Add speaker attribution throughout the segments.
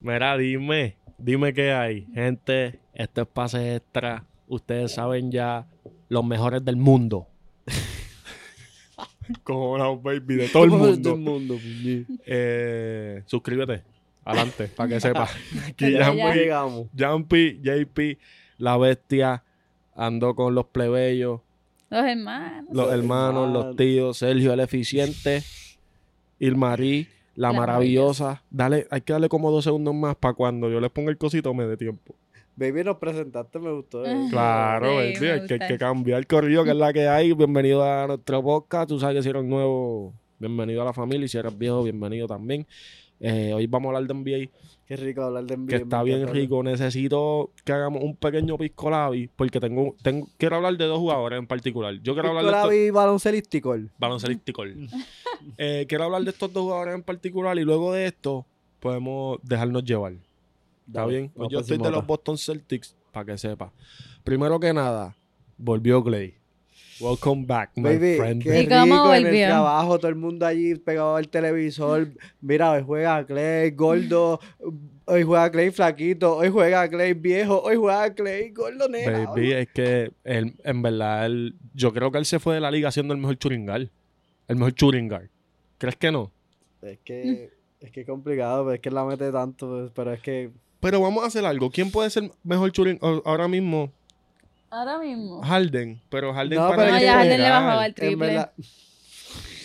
Speaker 1: Mira, dime, dime qué hay. Gente, esto es pase extra. Ustedes saben ya, los mejores del mundo.
Speaker 2: Cojonado, baby, de todo el mundo.
Speaker 1: mundo eh, suscríbete. Adelante, para que sepas. que
Speaker 2: Ya
Speaker 1: Jumpy-
Speaker 3: llegamos.
Speaker 1: Jumpy, JP, la bestia, andó con los plebeyos,
Speaker 4: Los hermanos.
Speaker 1: los hermanos, los tíos, Sergio el eficiente, Ilmarí, la,
Speaker 4: La
Speaker 1: maravillosa. Dale, hay que darle como dos segundos más para cuando yo les ponga el cosito me dé tiempo.
Speaker 3: Baby, nos presentaste, me gustó. eh.
Speaker 1: Claro,
Speaker 4: Sí,
Speaker 1: es
Speaker 4: me
Speaker 1: que hay
Speaker 4: gusta.
Speaker 1: que cambiar el corrido, que es la que hay. Bienvenido a nuestro podcast. Tú sabes que si eres nuevo, bienvenido a la familia. Y si eres viejo, bienvenido también. Eh, hoy vamos a hablar de NBA,
Speaker 3: Qué rico hablar de NBA.
Speaker 1: que
Speaker 3: me
Speaker 1: está bien
Speaker 3: encanta.
Speaker 1: rico. Necesito que hagamos un pequeño piscolabi, porque tengo, tengo, quiero hablar de dos jugadores en particular. Yo quiero hablar de
Speaker 3: Nicolás
Speaker 1: estos-
Speaker 3: y baloncelístico. el-
Speaker 1: baloncelístico. Eh, quiero hablar de estos dos jugadores en particular y luego de esto podemos dejarnos llevar. ¿Está
Speaker 3: Dale,
Speaker 1: bien? Pues
Speaker 3: vamos
Speaker 1: yo
Speaker 3: pa'
Speaker 1: estoy
Speaker 3: encima
Speaker 1: de los
Speaker 3: otra.
Speaker 1: Boston Celtics, para que sepa. Primero que nada, volvió Clay. Welcome back, my
Speaker 3: Baby,
Speaker 1: friend.
Speaker 3: qué
Speaker 4: ¿Y cómo
Speaker 3: rico en el
Speaker 4: volvió?
Speaker 3: trabajo, todo el mundo allí pegado al televisor. Mira, hoy juega Clay gordo, hoy juega Clay flaquito, hoy juega Clay viejo, hoy juega Clay gordo negro.
Speaker 1: Baby, es que él, en verdad, él- yo creo que él se fue de la liga siendo el mejor churingal. El mejor churingal. ¿Crees que no?
Speaker 3: Es que es que es complicado, pero es que la mete tanto, pues, pero es que
Speaker 1: Pero vamos a hacer algo. ¿Quién puede ser mejor churingal ahora mismo?
Speaker 4: Ahora mismo.
Speaker 1: Harden. Pero Harden
Speaker 3: No,
Speaker 1: para
Speaker 3: Ah, pero
Speaker 4: no,
Speaker 1: mí
Speaker 3: que
Speaker 1: es
Speaker 4: ya Harden le
Speaker 1: churingal.
Speaker 4: bajó al
Speaker 3: en
Speaker 4: triple.
Speaker 3: verdad,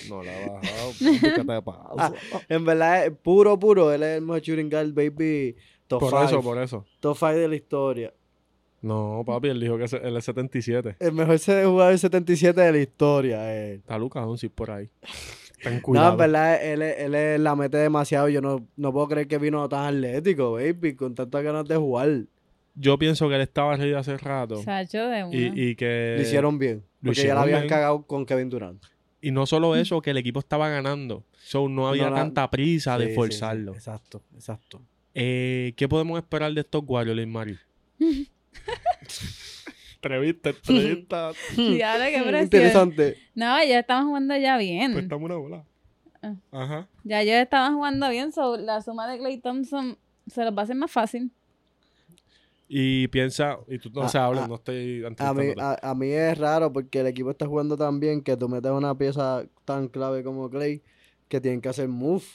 Speaker 1: No la ha bajado. papi, ¿qué te pasa?
Speaker 3: Ah, en verdad es puro puro, él es el mejor shooting guard, baby. Top
Speaker 1: por
Speaker 3: five,
Speaker 1: eso, por eso.
Speaker 3: top five de la historia.
Speaker 1: No, papi, él dijo que se- él es 77.
Speaker 3: El mejor se- jugador 77 de la historia, eh. él.
Speaker 1: Está Lucas Doncic por ahí. Ten cuidado.
Speaker 3: No, en verdad, él, es- él es- la mete demasiado. Yo no, no puedo creer que vino tan atlético, baby, con tantas ganas de jugar.
Speaker 1: Yo pienso que él estaba arriba hace rato.
Speaker 4: Sacho de una.
Speaker 1: Y, y que.
Speaker 3: Eh, lo hicieron bien.
Speaker 1: lo
Speaker 3: Porque ya
Speaker 1: hicieron
Speaker 3: la habían
Speaker 1: bien.
Speaker 3: cagado con Kevin Durant.
Speaker 1: Y no solo eso, que el equipo estaba ganando. So, no había
Speaker 3: No, la-
Speaker 1: tanta prisa
Speaker 3: Sí,
Speaker 1: de
Speaker 3: sí,
Speaker 1: forzarlo.
Speaker 3: sí, Exacto, exacto.
Speaker 1: Eh, ¿Qué podemos esperar de estos Warriors, Luis Mari? entrevista, entrevista.
Speaker 4: Diablo, qué presión.
Speaker 3: Mm, Interesante.
Speaker 4: No, ellos estaban jugando ya bien.
Speaker 1: pues estamos una bola.
Speaker 4: Ah.
Speaker 1: Ajá.
Speaker 4: Ya ellos estaban jugando bien. So, la suma de Clay Thompson se los va a hacer más fácil.
Speaker 1: Y piensa, y tú no
Speaker 3: Ah,
Speaker 1: se hables,
Speaker 3: ah,
Speaker 1: no estoy
Speaker 3: A mí,
Speaker 1: entrevistándote.
Speaker 3: a, a mí es raro porque el equipo está jugando tan bien que tú metes una pieza tan clave como Clay que tienen que hacer move.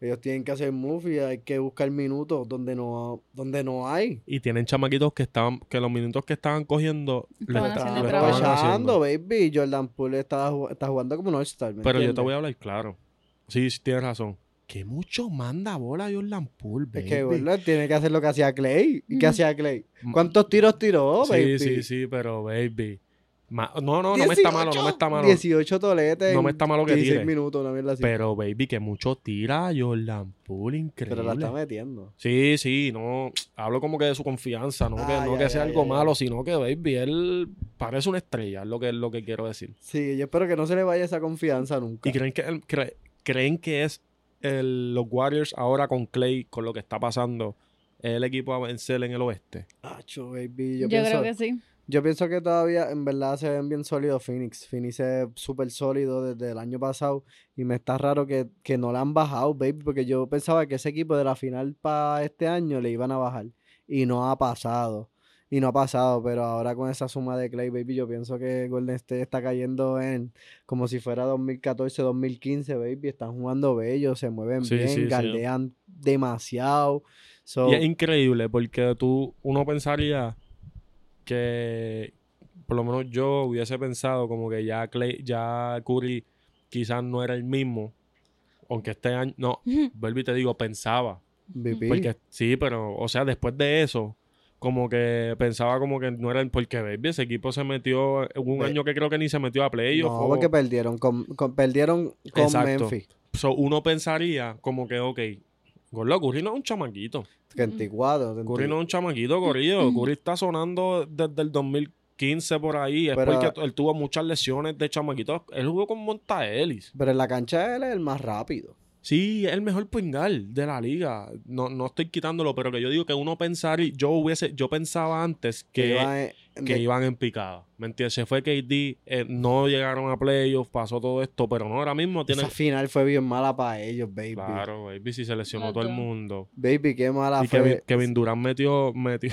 Speaker 3: Ellos tienen que hacer move y hay que buscar minutos donde no, donde no hay.
Speaker 1: y tienen chamaquitos que estaban que los minutos que estaban cogiendo lo
Speaker 4: Estaban
Speaker 1: estaban
Speaker 4: haciendo
Speaker 1: lo
Speaker 4: trabajo.
Speaker 1: estaban haciendo.
Speaker 3: Aprovechando, baby. Jordan Poole está, ju- está jugando como no star ¿me
Speaker 1: pero yo te
Speaker 3: entiendes?
Speaker 1: voy a hablar claro sí, sí, tienes razón que mucho manda bola Jordan Poole
Speaker 3: Es que
Speaker 1: baby.
Speaker 3: Butler tiene que hacer lo que hacía Clay. ¿Y qué
Speaker 4: Ujú.
Speaker 3: hacía Clay?
Speaker 1: Mm.
Speaker 3: ¿Cuántos tiros tiró, baby?
Speaker 1: sí sí sí pero baby Ma- no no no me está malo no me está malo
Speaker 3: 18 toletes.
Speaker 1: No
Speaker 3: en
Speaker 1: me está malo que
Speaker 3: 16
Speaker 1: tire.
Speaker 3: minutos, una mierda así.
Speaker 1: pero
Speaker 3: Pero,
Speaker 1: baby que mucho tira Jordan Poole increíble
Speaker 3: la está metiendo.
Speaker 1: Sí, sí, no. Hablo como que de su confianza, no que,
Speaker 3: Ah,
Speaker 1: no
Speaker 3: ya,
Speaker 1: que
Speaker 3: ya,
Speaker 1: sea
Speaker 3: ya,
Speaker 1: algo
Speaker 3: ya.
Speaker 1: malo, sino que, baby, él parece una estrella, es lo que, es lo que quiero decir.
Speaker 3: Sí, yo espero que no se le vaya esa confianza nunca.
Speaker 1: ¿Y creen que, el- cre- creen que es el- los Warriors ahora con Clay, con lo que está pasando, es el equipo a vencer en el oeste?
Speaker 3: Acho, baby. Yo,
Speaker 4: Yo,
Speaker 3: pienso,
Speaker 4: creo que sí.
Speaker 3: yo pienso que todavía, en verdad, se ven bien sólidos Phoenix. Phoenix es súper sólido desde el año pasado. Y me está raro que, que no la han bajado, baby. Porque yo pensaba que ese equipo de la final para este año le iban a bajar. Y no ha pasado. Y no ha pasado. Pero ahora con esa suma de Clay, baby, yo pienso que Golden State está cayendo en como si fuera 2014, 2015, baby. Están jugando bellos, se mueven
Speaker 1: Sí,
Speaker 3: bien,
Speaker 1: sí, sí.
Speaker 3: galdean demasiado. So,
Speaker 1: Y es increíble porque tú, uno pensaría que, por lo menos yo hubiese pensado como que ya Clay, ya Curry quizás no era el mismo, aunque este año, no, vuelvo y te digo, pensaba.
Speaker 3: MVP.
Speaker 1: Porque sí, pero, o sea, después de eso, como que pensaba como que no era el. Porque, baby, ese equipo se metió. en un
Speaker 3: Ve-
Speaker 1: año que creo que ni se metió a playoffs.
Speaker 3: Pues, No,
Speaker 1: o-
Speaker 3: porque perdieron con, con- perdieron con
Speaker 1: Exacto.
Speaker 3: Memphis.
Speaker 1: so, uno pensaría como que, ok, Gordo, Curry no es un chamaquito.
Speaker 3: 34.
Speaker 1: Curry no
Speaker 3: 30.
Speaker 1: es un chamaquito, Corillo. Curry está sonando desde el 2015 por ahí. Es
Speaker 3: Pero-
Speaker 1: porque él tuvo muchas lesiones de chamaquito. Él jugó con Monta Ellis.
Speaker 3: Pero en la cancha él es el más rápido.
Speaker 1: Sí, es el mejor pingal de la liga. No, no estoy quitándolo, pero que yo digo que uno pensaría, yo hubiese, yo pensaba antes que,
Speaker 3: iban en-
Speaker 1: que
Speaker 3: de-
Speaker 1: iban en picada. ¿Me entiendes? Se fue KD, eh, no llegaron a playoffs, pasó todo esto, pero no, ahora mismo tienen...
Speaker 3: Esa final fue bien mala para ellos, baby.
Speaker 1: Claro, baby, si se lesionó
Speaker 4: Los
Speaker 1: todo el
Speaker 4: dos.
Speaker 1: mundo.
Speaker 3: Baby, qué mala
Speaker 1: y
Speaker 3: fue.
Speaker 1: Kevin, Kevin Durant metió, metió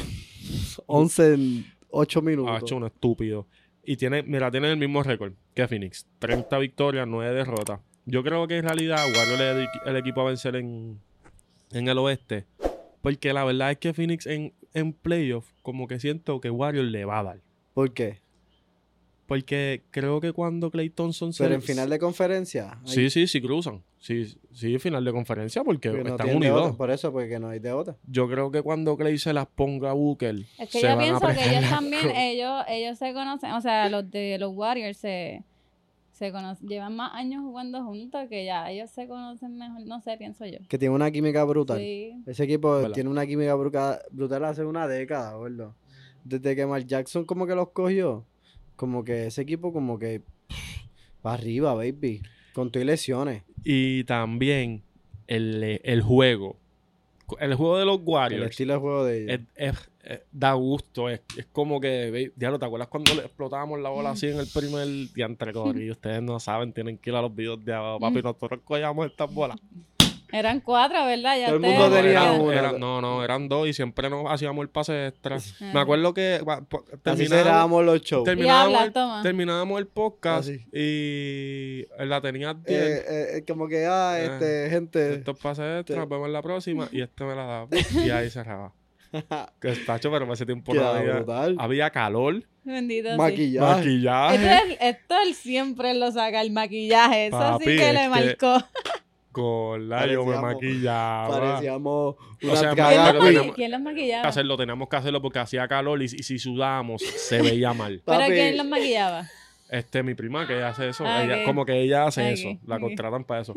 Speaker 3: 11 en 8
Speaker 1: ha
Speaker 3: minutos.
Speaker 1: hecho Ah, un estúpido. Y tiene, mira, tiene el mismo récord que Phoenix. 30 victorias, 9 derrotas. Yo creo que en realidad Warriors le di- el equipo a vencer en, en el oeste. Porque la verdad es que Phoenix en, en playoff, como que siento que Warriors le va a dar.
Speaker 3: ¿Por qué?
Speaker 1: Porque creo que cuando Clay Thompson se...
Speaker 3: Pero en final de conferencia. ay,
Speaker 1: Sí, sí, sí, cruzan. Sí, sí, final de conferencia porque
Speaker 3: porque no pues.
Speaker 1: están
Speaker 3: tienen de
Speaker 1: unidos.
Speaker 3: otra, Por eso, porque no hay de otra.
Speaker 1: Yo creo que cuando Clay se las ponga a Booker,
Speaker 4: Es que
Speaker 1: se
Speaker 4: yo
Speaker 1: van a
Speaker 4: pienso que
Speaker 1: apretar
Speaker 4: ellos
Speaker 1: la
Speaker 4: también,
Speaker 1: co-
Speaker 4: ellos, ellos se conocen, o sea, los de los Warriors se, se conocen, llevan más años jugando juntos que ya ellos se conocen mejor, no sé, pienso yo.
Speaker 3: Que tiene una química brutal.
Speaker 4: Sí.
Speaker 3: Ese equipo
Speaker 1: ¿Verdad?
Speaker 3: tiene una química bruca- brutal hace una década, gordo. Desde que Mark Jackson como que los cogió, como que ese equipo como que para arriba, baby. Con tu y lesiones.
Speaker 1: Y también el, eh, el juego. El juego de los
Speaker 3: El
Speaker 1: Warriors
Speaker 3: estilo de juego de ellos.
Speaker 1: es- es- es- da gusto. Es, es como que, ve, diablo, ¿te acuerdas cuando le explotábamos la bola así en el primer diantre Y Ustedes no saben, tienen que ir a los videos de abajo. Papi, nosotros cogíamos estas bolas.
Speaker 4: Eran cuatro, ¿verdad? Ya
Speaker 3: Todo el
Speaker 4: ustedes-
Speaker 3: mundo
Speaker 1: No,
Speaker 3: tenía
Speaker 1: eran-
Speaker 3: una.
Speaker 1: eran- no, no, eran dos y siempre nos hacíamos el pase extra.
Speaker 4: Ah.
Speaker 1: Me acuerdo que va, po-
Speaker 3: Así
Speaker 1: terminábamos,
Speaker 3: cerrábamos los shows.
Speaker 1: terminábamos
Speaker 4: Y habla,
Speaker 1: el,
Speaker 4: toma.
Speaker 1: terminábamos el podcast
Speaker 3: Así.
Speaker 1: y la tenía 10.
Speaker 3: Ah, Eh, eh, eh, como que, ah, este, gente.
Speaker 1: Estos pases extra,
Speaker 3: Te-
Speaker 1: nos vemos en la próxima. Y este me la daba. Y ahí cerraba. Que está hecho, pero para ese tiempo no
Speaker 3: Queda
Speaker 1: había,
Speaker 3: brutal.
Speaker 1: había calor,
Speaker 4: Bendito sí.
Speaker 3: Maquillaje.
Speaker 4: Esto,
Speaker 1: maquillaje.
Speaker 4: es- esto él siempre lo saca, el maquillaje. Eso
Speaker 1: Papi,
Speaker 4: sí que
Speaker 1: es que-
Speaker 4: le marcó.
Speaker 1: Con la yo me
Speaker 3: Parecíamos-
Speaker 1: maquillaba.
Speaker 3: Parecíamos
Speaker 1: O
Speaker 3: una
Speaker 1: sea,
Speaker 4: ¿Quién
Speaker 1: Claro,
Speaker 4: los,
Speaker 1: pero
Speaker 4: maqui-
Speaker 1: tenemos-
Speaker 4: ¿Quién los maquillaba?
Speaker 1: Hacerlo, teníamos que hacerlo porque hacía calor y, y si sudábamos se veía mal.
Speaker 4: ¿Pero
Speaker 3: Papi.
Speaker 4: quién los maquillaba?
Speaker 1: Este, mi prima que ella hace eso,
Speaker 4: Ah,
Speaker 1: ella-
Speaker 4: ok.
Speaker 1: como que ella hace
Speaker 4: Ok,
Speaker 1: eso, la
Speaker 4: ok.
Speaker 1: contratan para eso.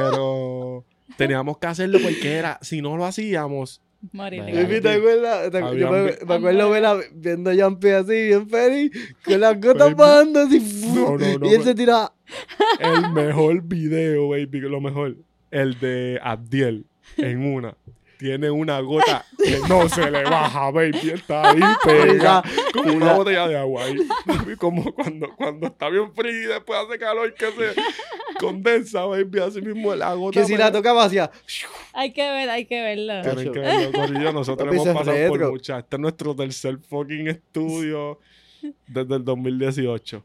Speaker 1: Pero teníamos que hacerlo porque era, si no lo hacíamos,
Speaker 4: Morirte.
Speaker 1: Mira,
Speaker 3: Baby, ¿te acuerdas? ¿Te acu- yo me,
Speaker 1: Habían-
Speaker 3: me acuerdo verla viendo a Jumpy así, bien feliz, con las
Speaker 1: Baby.
Speaker 3: gotas bajando así.
Speaker 1: No, no, no,
Speaker 3: y él
Speaker 1: pero-
Speaker 3: se tiraba.
Speaker 1: El mejor video, baby, lo mejor. El de Abdiel en una. Tiene una gota que no se le baja, baby. Está ahí pega. Como una botella de agua ahí. Baby, como cuando, cuando está bien frío y después hace calor que se condensa, baby. Así mismo la gota.
Speaker 3: Que si la
Speaker 1: pega.
Speaker 3: tocaba hacía.
Speaker 4: Hay que ver, hay que verlo.
Speaker 1: Tienen que verlo, Corillo. Nosotros
Speaker 3: Papi,
Speaker 1: hemos
Speaker 3: se
Speaker 1: pasado por
Speaker 3: retro.
Speaker 1: muchas. Este es nuestro tercer fucking estudio desde el 2018.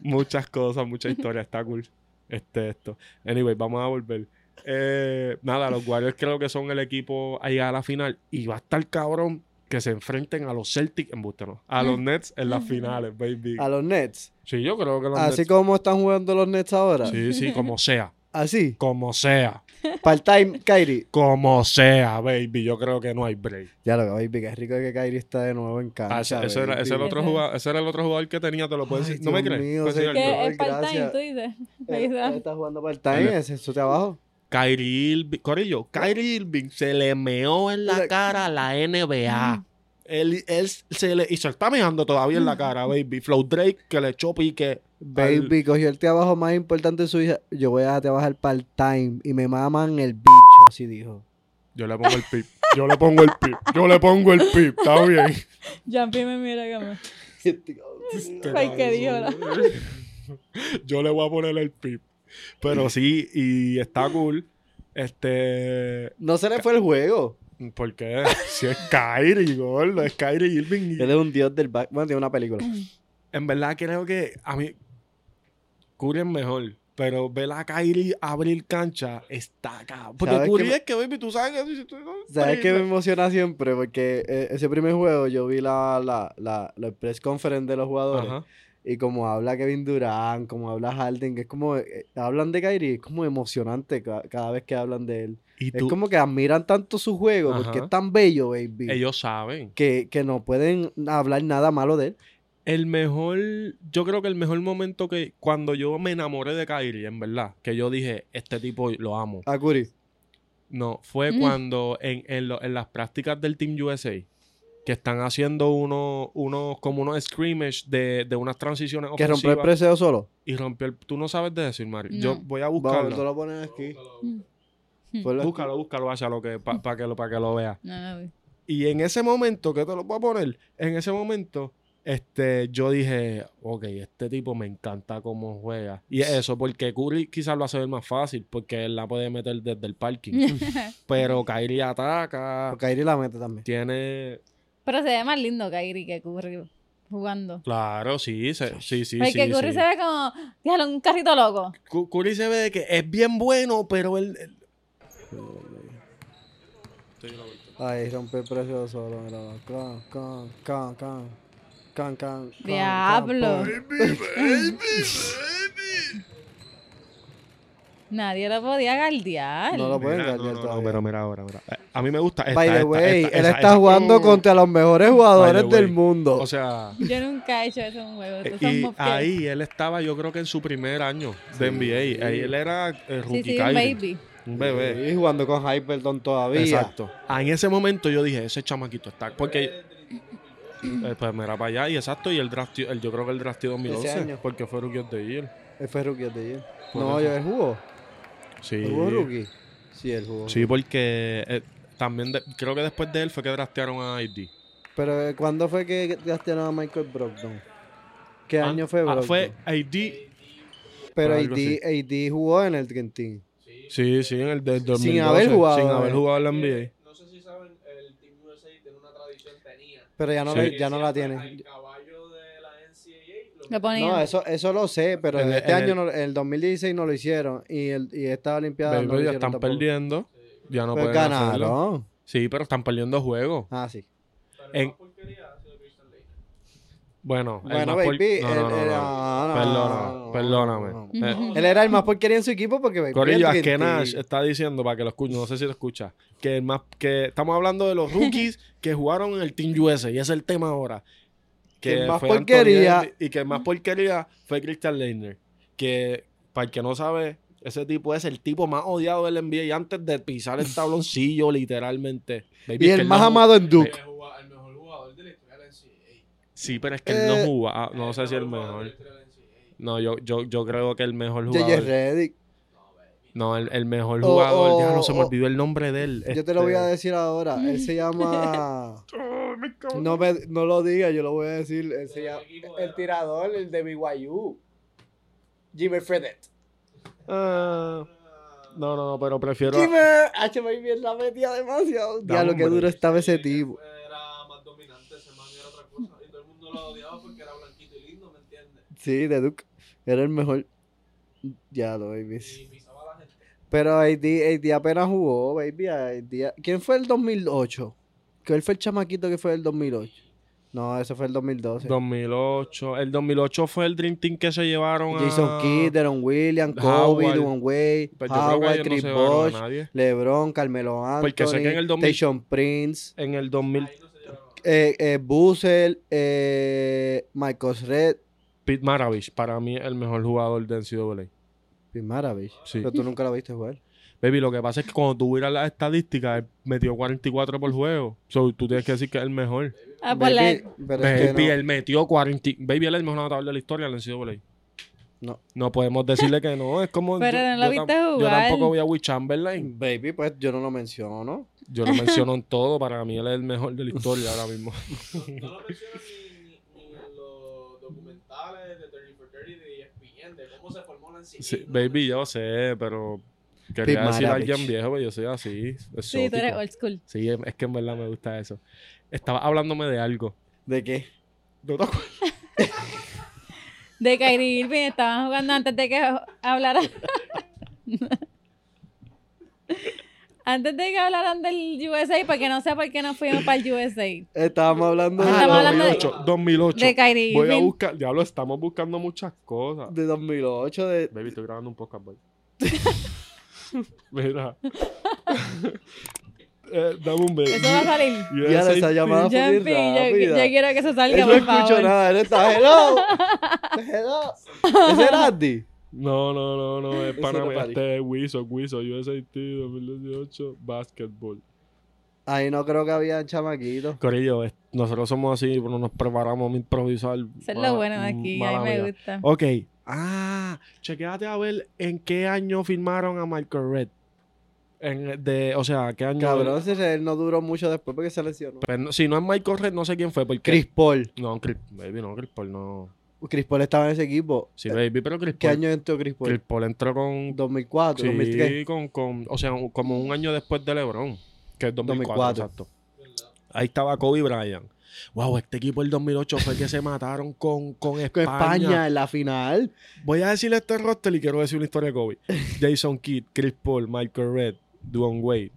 Speaker 1: Muchas cosas, mucha historia. Está cool. Este, esto. Anyway, vamos a volver. Eh, nada, los Warriors creo que son el equipo a llegar a la final. Y va a estar cabrón que se enfrenten a los Celtics en no. A los Nets en las finales, baby.
Speaker 3: A los Nets.
Speaker 1: Sí, yo creo que los
Speaker 3: Así
Speaker 1: Nets.
Speaker 3: como están jugando los Nets ahora.
Speaker 1: Sí, sí, como sea.
Speaker 3: Así.
Speaker 1: Como sea.
Speaker 3: Part-time, Kyrie.
Speaker 1: Como sea, baby. Yo creo que no hay break.
Speaker 3: Ya lo que, baby, que rico que Kyrie está de nuevo en
Speaker 1: Ah,
Speaker 3: cancha.
Speaker 1: ese, ese era,
Speaker 3: baby.
Speaker 1: ese era el otro
Speaker 4: Ese.
Speaker 1: jugador, ese era el otro jugador que tenía, te lo puedes
Speaker 3: Ay,
Speaker 1: decir. ¿No me
Speaker 3: Dios
Speaker 1: crees? Pues
Speaker 3: mío,
Speaker 1: Puedes
Speaker 3: señor.
Speaker 1: decir el
Speaker 4: Que
Speaker 1: nombre.
Speaker 4: es part-time,
Speaker 3: gracias. Eh,
Speaker 4: tú dices.
Speaker 3: Él- él está jugando part-time,
Speaker 1: Dale.
Speaker 3: ese es su trabajo.
Speaker 1: Kyrie Irving, Corillo, Kyrie Irving se le meó en la cara a la
Speaker 3: Mm.
Speaker 1: NBA. Él, él se le, y se está meando todavía en la cara, baby. Flow Drake que le echó pique. al-
Speaker 3: Mm. Baby, cogió el trabajo más importante de su hija. Yo voy a trabajar part-time y me maman el bicho, así dijo.
Speaker 1: Yo le pongo el pip. Yo le pongo el pip. Yo le pongo el pip. Está bien.
Speaker 4: Jumpy me mira como.
Speaker 1: Este
Speaker 4: Ay,
Speaker 1: Ay,
Speaker 4: qué diola.
Speaker 1: Yo le voy a poner el pip. Pero sí, y está cool. Este.
Speaker 3: No se le fue el juego.
Speaker 1: Porque si es Kyrie, gordo, es Kyrie Irving. y-
Speaker 3: Él es un dios del back. Bueno, tiene una película.
Speaker 1: En verdad creo que a mí Curry es mejor, pero ver a Kyrie abrir cancha está acá. Porque
Speaker 3: ¿Sabes
Speaker 1: Curry
Speaker 3: qué me-
Speaker 1: es que, baby, tú sabes que... tú- tú-
Speaker 3: ¿Sabes qué me emociona siempre? Porque eh, ese primer juego yo vi la, la, la, la press conference de los jugadores.
Speaker 1: Ajá.
Speaker 3: Y como habla Kevin Durant, como habla Harden, que es como. eh, hablan de Kyrie, es como emocionante ca- cada vez que hablan de él.
Speaker 1: Y
Speaker 3: Es
Speaker 1: tú,
Speaker 3: como que admiran tanto su juego porque
Speaker 1: Ajá.
Speaker 3: es tan bello, baby.
Speaker 1: ellos saben.
Speaker 3: Que, que no pueden hablar nada malo de él.
Speaker 1: El mejor, yo creo que el mejor momento que cuando yo me enamoré de Kyrie, en verdad, que yo dije, este tipo lo amo.
Speaker 3: A Ah, Curry.
Speaker 1: No, fue
Speaker 4: Mm.
Speaker 1: cuando en, en lo- en las prácticas del Team USA, que están haciendo unos, unos como unos scrimmage de, de unas transiciones
Speaker 3: Que rompió el
Speaker 1: ofensivas.
Speaker 3: preseo solo.
Speaker 1: Y rompió el... Tú no sabes de eso, Mario.
Speaker 4: No.
Speaker 1: Yo voy a
Speaker 3: Vamos, tú
Speaker 1: buscarlo.
Speaker 3: lo pones aquí. Fue la-
Speaker 1: Búscalo, búscalo, hacia lo que, para que, lo- pa' que lo vea.
Speaker 4: No, no, no.
Speaker 1: Y en ese momento, ¿qué te lo voy a poner? En ese momento, este, yo dije, ok, este tipo me encanta cómo juega. Y es eso, porque Curry quizás lo hace ver más fácil, porque él la puede meter desde el parking. Pero Kyrie ataca,
Speaker 3: Porque Kyrie la mete también.
Speaker 1: tiene...
Speaker 4: Pero se ve más lindo Kairi que Curry jugando.
Speaker 1: Claro, sí, se- sí, sí,
Speaker 4: Porque
Speaker 1: sí,
Speaker 4: Curry
Speaker 1: sí.
Speaker 4: se ve como, dígalo, un carrito loco.
Speaker 1: Cu- Curry se ve que es bien bueno, pero él... él-
Speaker 3: Ahí rompe el precio solo, mira. Can, can, can, can. Can, can, can, can,
Speaker 4: Diablo.
Speaker 3: pum.
Speaker 4: Nadie lo podía galdear.
Speaker 3: No lo pueden
Speaker 1: Mira, no,
Speaker 3: cambiar
Speaker 1: no, no,
Speaker 3: todavía.
Speaker 1: pero mira, ahora, mira. Eh, A mí me gusta esta,
Speaker 3: By the
Speaker 1: esta,
Speaker 3: way,
Speaker 1: esta,
Speaker 3: él
Speaker 1: esa,
Speaker 3: está
Speaker 1: esa.
Speaker 3: jugando contra los mejores jugadores
Speaker 1: By the
Speaker 3: del
Speaker 1: way.
Speaker 3: mundo.
Speaker 1: O sea...
Speaker 4: Yo nunca he hecho eso en un juego. Estos son
Speaker 1: Eh, Y
Speaker 4: mosquetes.
Speaker 1: ahí él estaba, yo creo que en su primer año de NBA. Ahí él era eh,
Speaker 4: Sí,
Speaker 1: rookie
Speaker 4: sí, un
Speaker 1: Kyrie,
Speaker 4: baby.
Speaker 1: un bebé.
Speaker 3: Y jugando con Hyperdon todavía.
Speaker 1: Exacto. Ah, en ese momento yo dije, ese chamaquito está. Porque. eh, pues mira para allá, y exacto. Y el draft, el, yo creo que el draft de 2011.
Speaker 3: año.
Speaker 1: Porque fue rookie of the year.
Speaker 3: Él fue rookie de ayer.
Speaker 1: Por
Speaker 3: No,
Speaker 1: eso.
Speaker 3: yo él jugó.
Speaker 1: Sí.
Speaker 3: ¿Él jugó rookie? Sí, él jugó.
Speaker 1: Sí, porque eh, también de- creo que después de él fue que draftearon a ID.
Speaker 3: Pero eh, ¿cuándo fue que gastaron a Michael Brogdon? ¿Qué
Speaker 1: Ah,
Speaker 3: año fue
Speaker 1: ah,
Speaker 3: Brogdon?
Speaker 1: fue ID.
Speaker 3: Pero
Speaker 1: algo así.
Speaker 3: AD, AD jugó en el Dream Team.
Speaker 1: Sí, sí, en el del 2012.
Speaker 3: haber jugado,
Speaker 1: Sin
Speaker 3: eh.
Speaker 1: haber jugado en la NBA.
Speaker 5: No sé si saben, el Team USA tiene una tradición, tenía.
Speaker 3: Pero ya no,
Speaker 1: Sí.
Speaker 3: le- ya no la
Speaker 5: Siempre
Speaker 3: tiene.
Speaker 5: Al caballo de la NCAA
Speaker 4: Lo
Speaker 5: lo meten
Speaker 4: ponían.
Speaker 3: No, eso, eso lo sé, pero
Speaker 1: En el-
Speaker 3: este
Speaker 1: en
Speaker 3: año,
Speaker 1: el-
Speaker 3: no- en el 2016 no lo hicieron. Y, el, y esta Olimpiada
Speaker 1: Baby,
Speaker 3: no lo
Speaker 1: ya
Speaker 3: hicieron
Speaker 1: están
Speaker 3: tampoco.
Speaker 1: perdiendo. Ya no
Speaker 3: Pues
Speaker 1: pueden hacerlo.
Speaker 3: ganaron.
Speaker 1: Sí, pero están perdiendo juegos.
Speaker 3: Ah, sí.
Speaker 1: En-
Speaker 5: porquería, ha sido Christian Lake.
Speaker 1: Bueno, el
Speaker 3: bueno,
Speaker 1: más por-
Speaker 3: baby.
Speaker 1: no,
Speaker 3: él-
Speaker 1: no, no,
Speaker 3: él-
Speaker 1: no.
Speaker 3: ah, no,
Speaker 1: Perdona,
Speaker 3: no, no,
Speaker 1: perdóname.
Speaker 3: no, no.
Speaker 1: Eh,
Speaker 4: Ujú.
Speaker 3: Él era el más porquería en su equipo porque baby.
Speaker 1: Corillo,
Speaker 3: era el Dream
Speaker 1: Askenash
Speaker 3: Team.
Speaker 1: está diciendo, para que lo escuche, no sé si lo escucha, que el más que estamos hablando de los rookies que jugaron en el Team USA y ese es el tema ahora.
Speaker 3: Que el más
Speaker 1: fue Anthony
Speaker 3: porquería-
Speaker 1: Davis y que el más porquería fue Christian Leitner, que para el que no sabe, ese tipo es el tipo más odiado del NBA y antes de pisar el tabloncillo literalmente. Baby,
Speaker 3: Y
Speaker 1: es que
Speaker 3: el
Speaker 1: él
Speaker 3: más
Speaker 1: no-
Speaker 3: amado en Duke.
Speaker 5: El, jugador- el mejor jugador de la historia de la NCAA.
Speaker 1: Sí, pero es que él no
Speaker 3: Eh,
Speaker 1: juega, ah, no sé si el
Speaker 5: jugador de la
Speaker 1: mejor.
Speaker 5: historia de la NCAA.
Speaker 1: No, yo, yo, yo creo que el mejor
Speaker 3: J.J.
Speaker 1: jugador
Speaker 3: Redick.
Speaker 1: No, el, el mejor
Speaker 3: O-
Speaker 1: jugador.
Speaker 3: o-
Speaker 1: ya no se me
Speaker 3: o-
Speaker 1: olvidó el nombre de él.
Speaker 3: oh, Yo te lo voy a
Speaker 1: este,
Speaker 3: decir ahora. Él se llama. no, me, no lo diga, yo lo voy a decir. Él se llama. El tirador, el de BYU. Jimmy Fredette.
Speaker 1: ah, no, no, no, pero prefiero.
Speaker 3: Jimmy.
Speaker 1: ah,
Speaker 3: H, baby, él la metía demasiado.
Speaker 1: Da
Speaker 3: Diablo,
Speaker 1: un
Speaker 3: qué
Speaker 1: break.
Speaker 3: duro estaba ese
Speaker 5: Sí, que
Speaker 3: tipo.
Speaker 5: Era más dominante, ese man era otra cosa. Y todo el mundo lo odiaba porque era blanquito y lindo, ¿me entiendes?
Speaker 3: Sí, de Duke. Era el mejor. Diablo, baby.
Speaker 5: Y pisaba a la gente.
Speaker 3: Pero AD, AD apenas jugó, baby. AD ¿Quién fue el 2008? Que él fue el chamaquito que fue el 2008? No, ese fue el 2012.
Speaker 1: 2008. El 2008 fue el Dream Team que se llevaron a.
Speaker 3: Jason Kidd, ah, Deron Williams, Kobe,
Speaker 1: ah, Howard.
Speaker 3: Dwayne Wade,
Speaker 1: Pero Pues yo creo que
Speaker 3: Howard,
Speaker 1: ellos no
Speaker 3: Chris
Speaker 1: se llevaron a
Speaker 3: Bosh,
Speaker 1: nadie.
Speaker 3: LeBron, Carmelo Anthony,
Speaker 1: Porque sé que en el 2000
Speaker 3: Tayshaun Prince,
Speaker 1: En el 2000.
Speaker 3: eh, eh, Buzel, eh, Michael Red,
Speaker 1: Pete Maravich, para mí, el mejor jugador de NCAA.
Speaker 3: Maravich.
Speaker 1: Sí.
Speaker 3: Pero tú nunca lo viste jugar.
Speaker 1: Baby, lo que pasa es que cuando tú miras las estadísticas, él metió 44 por juego. So, tú tienes que decir que es el mejor.
Speaker 4: Ah, por la-
Speaker 3: Baby, pero es que
Speaker 1: Baby,
Speaker 3: no.
Speaker 1: él metió 40. Baby, él es el mejor anotador de la historia del NCAA.
Speaker 3: No.
Speaker 1: No podemos decirle que no. Es como.
Speaker 4: Pero no lo
Speaker 1: tam-
Speaker 4: viste
Speaker 1: Yo
Speaker 4: jugar.
Speaker 1: tampoco voy a Will Chamberlain.
Speaker 3: Baby, pues yo no lo menciono.
Speaker 1: Yo lo menciono en todo. Para mí, él es el mejor de la historia ahora mismo.
Speaker 5: No lo mencionan ni, ni en los documentales de 30 for 30 de E ESPN, de cómo se formó la NCAA.
Speaker 1: Sí,
Speaker 5: no
Speaker 1: baby, yo sé, pero. Quería
Speaker 3: Pete
Speaker 1: decir a
Speaker 3: Maravich.
Speaker 1: alguien viejo, pero yo soy así.
Speaker 4: Sí, tú eres
Speaker 1: exótico.
Speaker 4: old school.
Speaker 1: Sí, es que en verdad me gusta eso. Estaba hablándome de algo.
Speaker 3: ¿De qué?
Speaker 4: De Kyrie Irving estaban jugando antes de que hablara. antes de que hablaran del USA, porque no sé por qué no fuimos para el USA.
Speaker 3: Estábamos hablando de,
Speaker 4: Ah, Estamos hablando de-
Speaker 1: 2008. 2008.
Speaker 4: De Kyrie
Speaker 1: Voy a
Speaker 4: Irving.
Speaker 1: buscar. Diablo, estamos buscando muchas cosas.
Speaker 3: de 2008. De,
Speaker 1: Baby, estoy grabando un podcast, boy. Mira. eh, dame un baby.
Speaker 4: Eso va a salir.
Speaker 1: Yes,
Speaker 3: ya esa
Speaker 1: I
Speaker 3: llamada fue
Speaker 4: Jumpy,
Speaker 3: bien
Speaker 4: yo, yo
Speaker 3: rápida.
Speaker 4: quiero que se salga,
Speaker 3: Él no
Speaker 4: por
Speaker 3: escucho
Speaker 4: favor.
Speaker 3: nada, él está hello. hello. Ese era Andy.
Speaker 1: No, no, no, no, es
Speaker 3: Eso
Speaker 1: para
Speaker 3: era París.
Speaker 1: este es Wiso, Wiso, USAT 2018, basketball.
Speaker 3: Ahí no creo que había chamaquitos.
Speaker 1: Corillo, es- nosotros somos así, no nos preparamos a improvisar.
Speaker 4: Eso es
Speaker 1: Ma-
Speaker 4: lo bueno de aquí, a
Speaker 1: mala
Speaker 4: mí me
Speaker 1: mía. Oh,
Speaker 4: gusta.
Speaker 1: Ok, ah, chequéate a ver en qué año firmaron a Michael Red. En- de, o sea, ¿qué año?
Speaker 3: Cabrón, si él no duró mucho después porque se lesionó.
Speaker 1: Pero no- si no es Michael Red, no sé quién fue. Porque,
Speaker 3: Chris Paul.
Speaker 1: No, Chris, baby, no, Chris Paul no.
Speaker 3: Chris Paul estaba en ese equipo.
Speaker 1: Sí, baby, pero Chris
Speaker 3: Eh, ¿Qué
Speaker 1: Paul.
Speaker 3: año entró Chris Paul?
Speaker 1: Chris Paul entró con
Speaker 3: 2004,
Speaker 1: Pues Sí,
Speaker 3: 2003.
Speaker 1: con, con- o sea, un- como un año después de LeBron, que es 2004,
Speaker 3: 2004.
Speaker 1: exacto. Ahí estaba Kobe Bryant. Wow, este equipo del 2008 fue el que se mataron con, con
Speaker 3: Con
Speaker 1: España.
Speaker 3: España en la final.
Speaker 1: Voy a decirle este roster y quiero decir una historia de Kobe. Jason Kidd, Chris Paul, Michael Red, Duane Wade,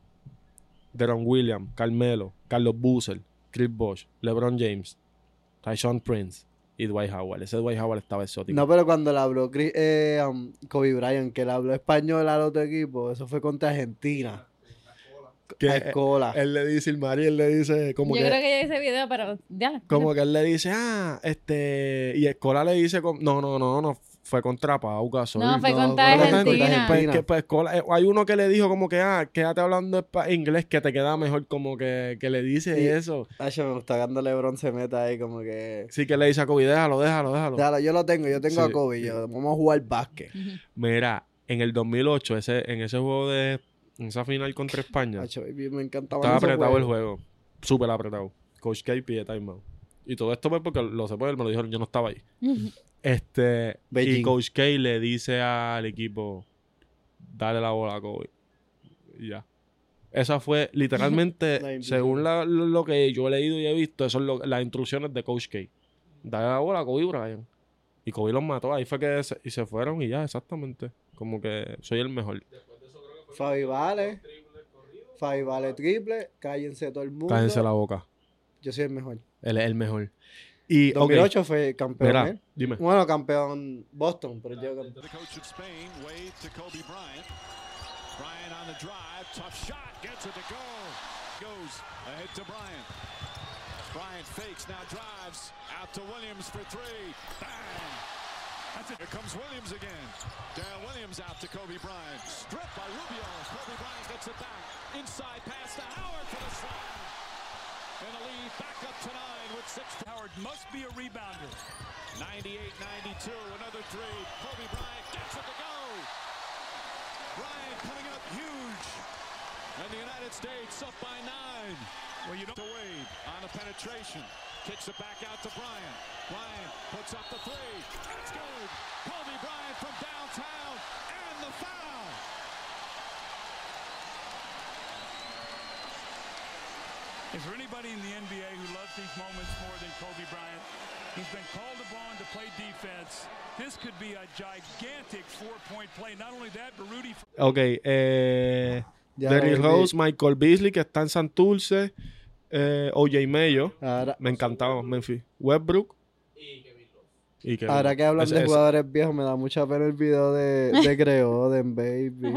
Speaker 1: Deron Williams, Carmelo, Carlos Boozer, Chris Bosh, LeBron James, Tyson Prince y Dwight Howard. Ese Dwight Howard estaba exótico.
Speaker 3: No, pero cuando le habló Chris- eh, um, Kobe Bryant, que le habló español al otro equipo, eso fue contra Argentina.
Speaker 1: Que-
Speaker 3: a Escola.
Speaker 1: él le dice, el Mari, él le dice como
Speaker 4: Yo
Speaker 1: que...
Speaker 4: creo que yo hice video, pero ya.
Speaker 1: Como que él le dice, ah, este. Y Escola le dice, com- no, no, no, no, fue contra Pau Gasol.
Speaker 4: No, fue
Speaker 3: no,
Speaker 4: contra
Speaker 3: no, no, no,
Speaker 4: Argentina.
Speaker 3: no, no, no,
Speaker 1: Pues, que, pues, Escola- eh, hay uno que le dijo, como que, ah, quédate hablando espa- inglés que te queda mejor, como que, que le dice
Speaker 3: Sí.
Speaker 1: eso.
Speaker 3: Hacho, me gusta cuando LeBron se meta ahí como que...
Speaker 1: Sí, que le dice a Kobe, déjalo, déjalo, déjalo.
Speaker 3: Dale, yo lo tengo, yo tengo
Speaker 1: Sí.
Speaker 3: a Kobe, yo, vamos a jugar básquet.
Speaker 4: Ujú.
Speaker 1: Mira, en el 2008, ese, en ese juego de. En esa final contra España,
Speaker 3: Hacho, baby, me encantaba
Speaker 1: estaba apretado el juego. Súper apretado. Coach K pide timeout. Y todo esto fue porque lo sé, porque me lo dijeron, yo no estaba ahí. Este, y
Speaker 3: Beijing.
Speaker 1: Coach K le dice al equipo, dale la bola a Kobe. Y ya. Esa fue
Speaker 3: La
Speaker 1: literalmente,
Speaker 3: instrucción.
Speaker 1: según la- lo lo que yo he leído y he visto, esas son lo- las instrucciones de Coach K. Dale la bola a Kobe Bryant. Y Kobe los mató. Ahí fue que se, y se fueron y ya, exactamente. Como que soy el mejor.
Speaker 3: Fabi Vale, Fabi Vale triple, cállense todo el mundo.
Speaker 1: Cállense la boca.
Speaker 3: Yo soy el mejor.
Speaker 1: Él es el mejor. Y, ok,
Speaker 3: 2008 fue campeón,
Speaker 1: mira,
Speaker 3: ¿eh?
Speaker 1: dime.
Speaker 3: Bueno, campeón Boston, pero yo campeón.
Speaker 6: The coach of Spain, Wade to Kobe Bryant. Bryant on the drive, tough shot, gets it to go. Goes ahead to Bryant. Bryant fakes, now drives out to Williams for three. Bang! That's it. Here comes Williams again. Darrell Williams out to Kobe Bryant. Stripped by Rubio. Kobe Bryant gets it back. Inside pass to Howard for the slam. And the lead back up to nine with six. Howard must be a rebounder. 98 92, another three. Kobe Bryant gets it to go. Bryant coming up huge. And the United States up by nine. Well, you don't to Wade on the penetration. Kicks it back out to Bryant. Bryant puts up the three. It's good. Kobe Bryant from downtown. And the foul. Is there anybody in the NBA who loves these moments more than Kobe Bryant? He's been called upon to play defense. This could be a gigantic four-point play. Not only that, but Rudy.
Speaker 1: Ok, eh,
Speaker 3: Ya
Speaker 1: Derrick
Speaker 3: volví.
Speaker 1: Rose, Michael Beasley, que está en Santurce, eh, OJ Mayo.
Speaker 3: Ahora,
Speaker 1: Me encantaba Memphis. Westbrook y Kevin Love.
Speaker 3: ahora que hablan
Speaker 1: Ese-
Speaker 3: de
Speaker 1: ese-
Speaker 3: jugadores viejos, me da mucha pena el video de, de Creoden, baby.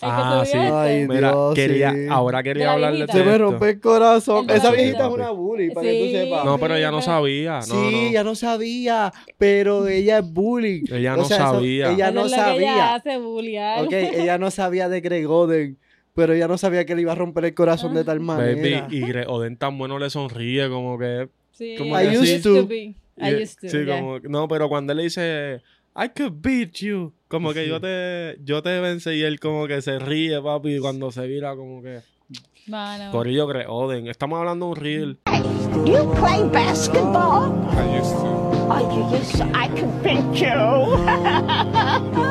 Speaker 1: Ah, sí.
Speaker 3: Ay,
Speaker 4: Ay,
Speaker 1: Mira,
Speaker 3: Dios,
Speaker 1: quería,
Speaker 3: sí. pues,
Speaker 1: ahora
Speaker 4: De
Speaker 1: quería
Speaker 4: la
Speaker 1: hablarle de
Speaker 4: viejita.
Speaker 3: Se me
Speaker 1: esto.
Speaker 3: rompe el corazón.
Speaker 4: El
Speaker 3: Esa
Speaker 4: corazón.
Speaker 3: viejita es una bully, para que
Speaker 4: Sí.
Speaker 3: tú sepas.
Speaker 1: No, pero ella no sabía. No,
Speaker 3: sí,
Speaker 1: no.
Speaker 3: ella no sabía, pero ella es bullying.
Speaker 1: Ella
Speaker 3: O
Speaker 1: no
Speaker 3: sea, eso-
Speaker 1: sabía.
Speaker 3: ella no
Speaker 4: Ella
Speaker 3: sabía.
Speaker 4: hace bullear.
Speaker 3: Ok, ella no sabía de Greg Oden, pero ella no sabía que le iba a romper el corazón de tal
Speaker 1: Baby,
Speaker 3: manera.
Speaker 1: y Gre- Oden tan bueno le sonríe, como que.
Speaker 4: Sí,
Speaker 1: Como
Speaker 3: I que used sí. to.
Speaker 4: be. I
Speaker 1: eh,
Speaker 4: used to.
Speaker 1: sí,
Speaker 4: ya.
Speaker 1: como- No, pero cuando él le dice, I could beat you. Como que yo te yo te vence y él como que se ríe, papi, y cuando se vira como que...
Speaker 4: Mano.
Speaker 1: Corillo Gre- Oden, estamos hablando de un reel.
Speaker 7: You play basketball?
Speaker 2: I used to.
Speaker 7: Oh, you used to. I could beat you.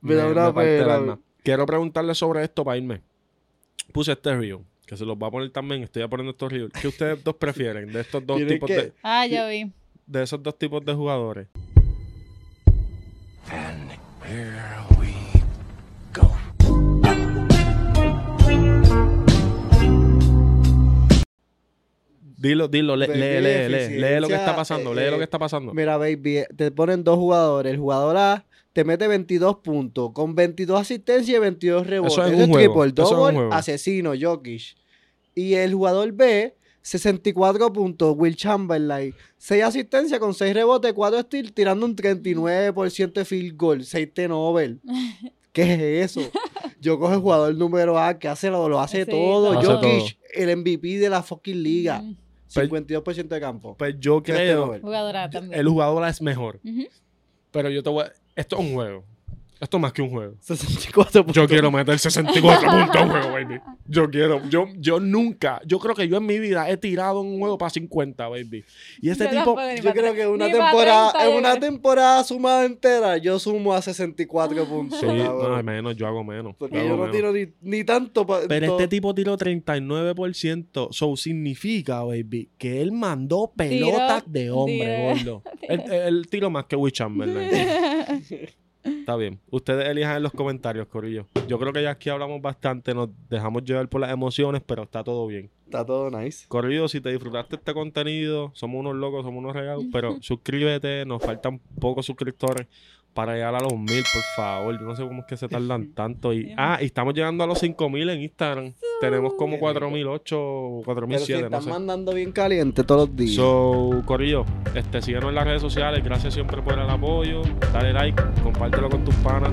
Speaker 3: Me da
Speaker 1: Me-
Speaker 3: una
Speaker 1: me parte el
Speaker 3: pena.
Speaker 1: alma. Quiero preguntarle sobre esto para irme. Puse este río, que se los va a poner también. Estoy poniendo estos ríos. ¿Qué ustedes dos prefieren de estos dos
Speaker 3: Tienen
Speaker 1: tipos
Speaker 3: que-
Speaker 1: de,
Speaker 4: Ah, yo vi.
Speaker 1: de esos dos tipos de jugadores? Dilo, dilo, le-
Speaker 3: Baby,
Speaker 1: lee, lee, lee, lee lo que está
Speaker 3: eficiencia,
Speaker 1: pasando,
Speaker 3: eh,
Speaker 1: lee lo
Speaker 3: eh,
Speaker 1: que está pasando.
Speaker 3: Mira, baby, eh, te ponen dos jugadores. El jugador A te mete 22 puntos, con 22 asistencias y 22 rebotes.
Speaker 1: Eso es
Speaker 3: Eso
Speaker 1: un
Speaker 3: es
Speaker 1: juego,
Speaker 3: triple
Speaker 1: eso es un
Speaker 3: double,
Speaker 1: juego.
Speaker 3: asesino, Jokic. Y el jugador B, 64 puntos, Will Chamberlain. 6 asistencias con 6 rebotes, 4 steals, tirando un 39% de field goal, 6 turnover. ¿Qué es eso? Yo cojo el jugador número A que hace lo, lo hace
Speaker 4: Sí,
Speaker 3: todo.
Speaker 4: todo.
Speaker 1: Hace
Speaker 3: Jokic el MVP de la fucking liga.
Speaker 4: Mm,
Speaker 3: 52% de campo.
Speaker 1: Pues yo
Speaker 3: ¿Qué te va a
Speaker 1: creo
Speaker 3: ver?
Speaker 4: Jugadora también.
Speaker 1: el jugador es mejor.
Speaker 4: Ujú.
Speaker 1: Pero yo te voy a- Esto es un juego. Esto es más que un juego.
Speaker 3: 64
Speaker 1: Yo quiero meter 64 puntos a un juego, baby. Yo quiero, yo, yo nunca, yo creo que yo en mi vida he tirado un juego para 50, baby. Y este
Speaker 4: Yo
Speaker 1: tipo,
Speaker 4: tampoco, ni
Speaker 3: Yo
Speaker 4: para
Speaker 3: creo
Speaker 4: tre-
Speaker 3: que una
Speaker 4: ni para
Speaker 3: temporada,
Speaker 4: 30
Speaker 3: en una
Speaker 4: llegué.
Speaker 3: temporada sumada entera, yo sumo a 64 puntos.
Speaker 1: sí,
Speaker 3: cabrón.
Speaker 1: no, al menos, yo hago menos.
Speaker 3: porque
Speaker 1: yo
Speaker 3: yo
Speaker 1: hago
Speaker 3: no
Speaker 1: menos.
Speaker 3: tiro ni, ni tanto. pa-
Speaker 1: Pero
Speaker 3: todo-
Speaker 1: este tipo tiró 39%. So significa, baby, que él mandó
Speaker 4: Tiró-
Speaker 1: pelotas de hombre,
Speaker 4: tiró-
Speaker 1: gordo. Él, él tiró más que Will Chamberlain. Está bien. Ustedes elijan en los comentarios, Corillo. Yo creo que ya aquí hablamos bastante, nos dejamos llevar por las emociones, pero está todo bien.
Speaker 3: Está todo nice.
Speaker 1: Corrido, si te disfrutaste este contenido, somos unos locos, somos unos regalos, pero suscríbete, nos faltan pocos suscriptores para llegar a los mil, por favor. Yo no sé cómo es que se tardan tanto. Y, ah, y estamos llegando a los cinco mil en Instagram. Tenemos como cuatro mil ocho o cuatro mil
Speaker 3: Pero si
Speaker 1: siete, no
Speaker 3: están
Speaker 1: sé.
Speaker 3: mandando bien caliente todos los días.
Speaker 1: So, Corillo, este, síganos en las redes sociales. Gracias siempre por el apoyo. Dale like, compártelo con tus panas.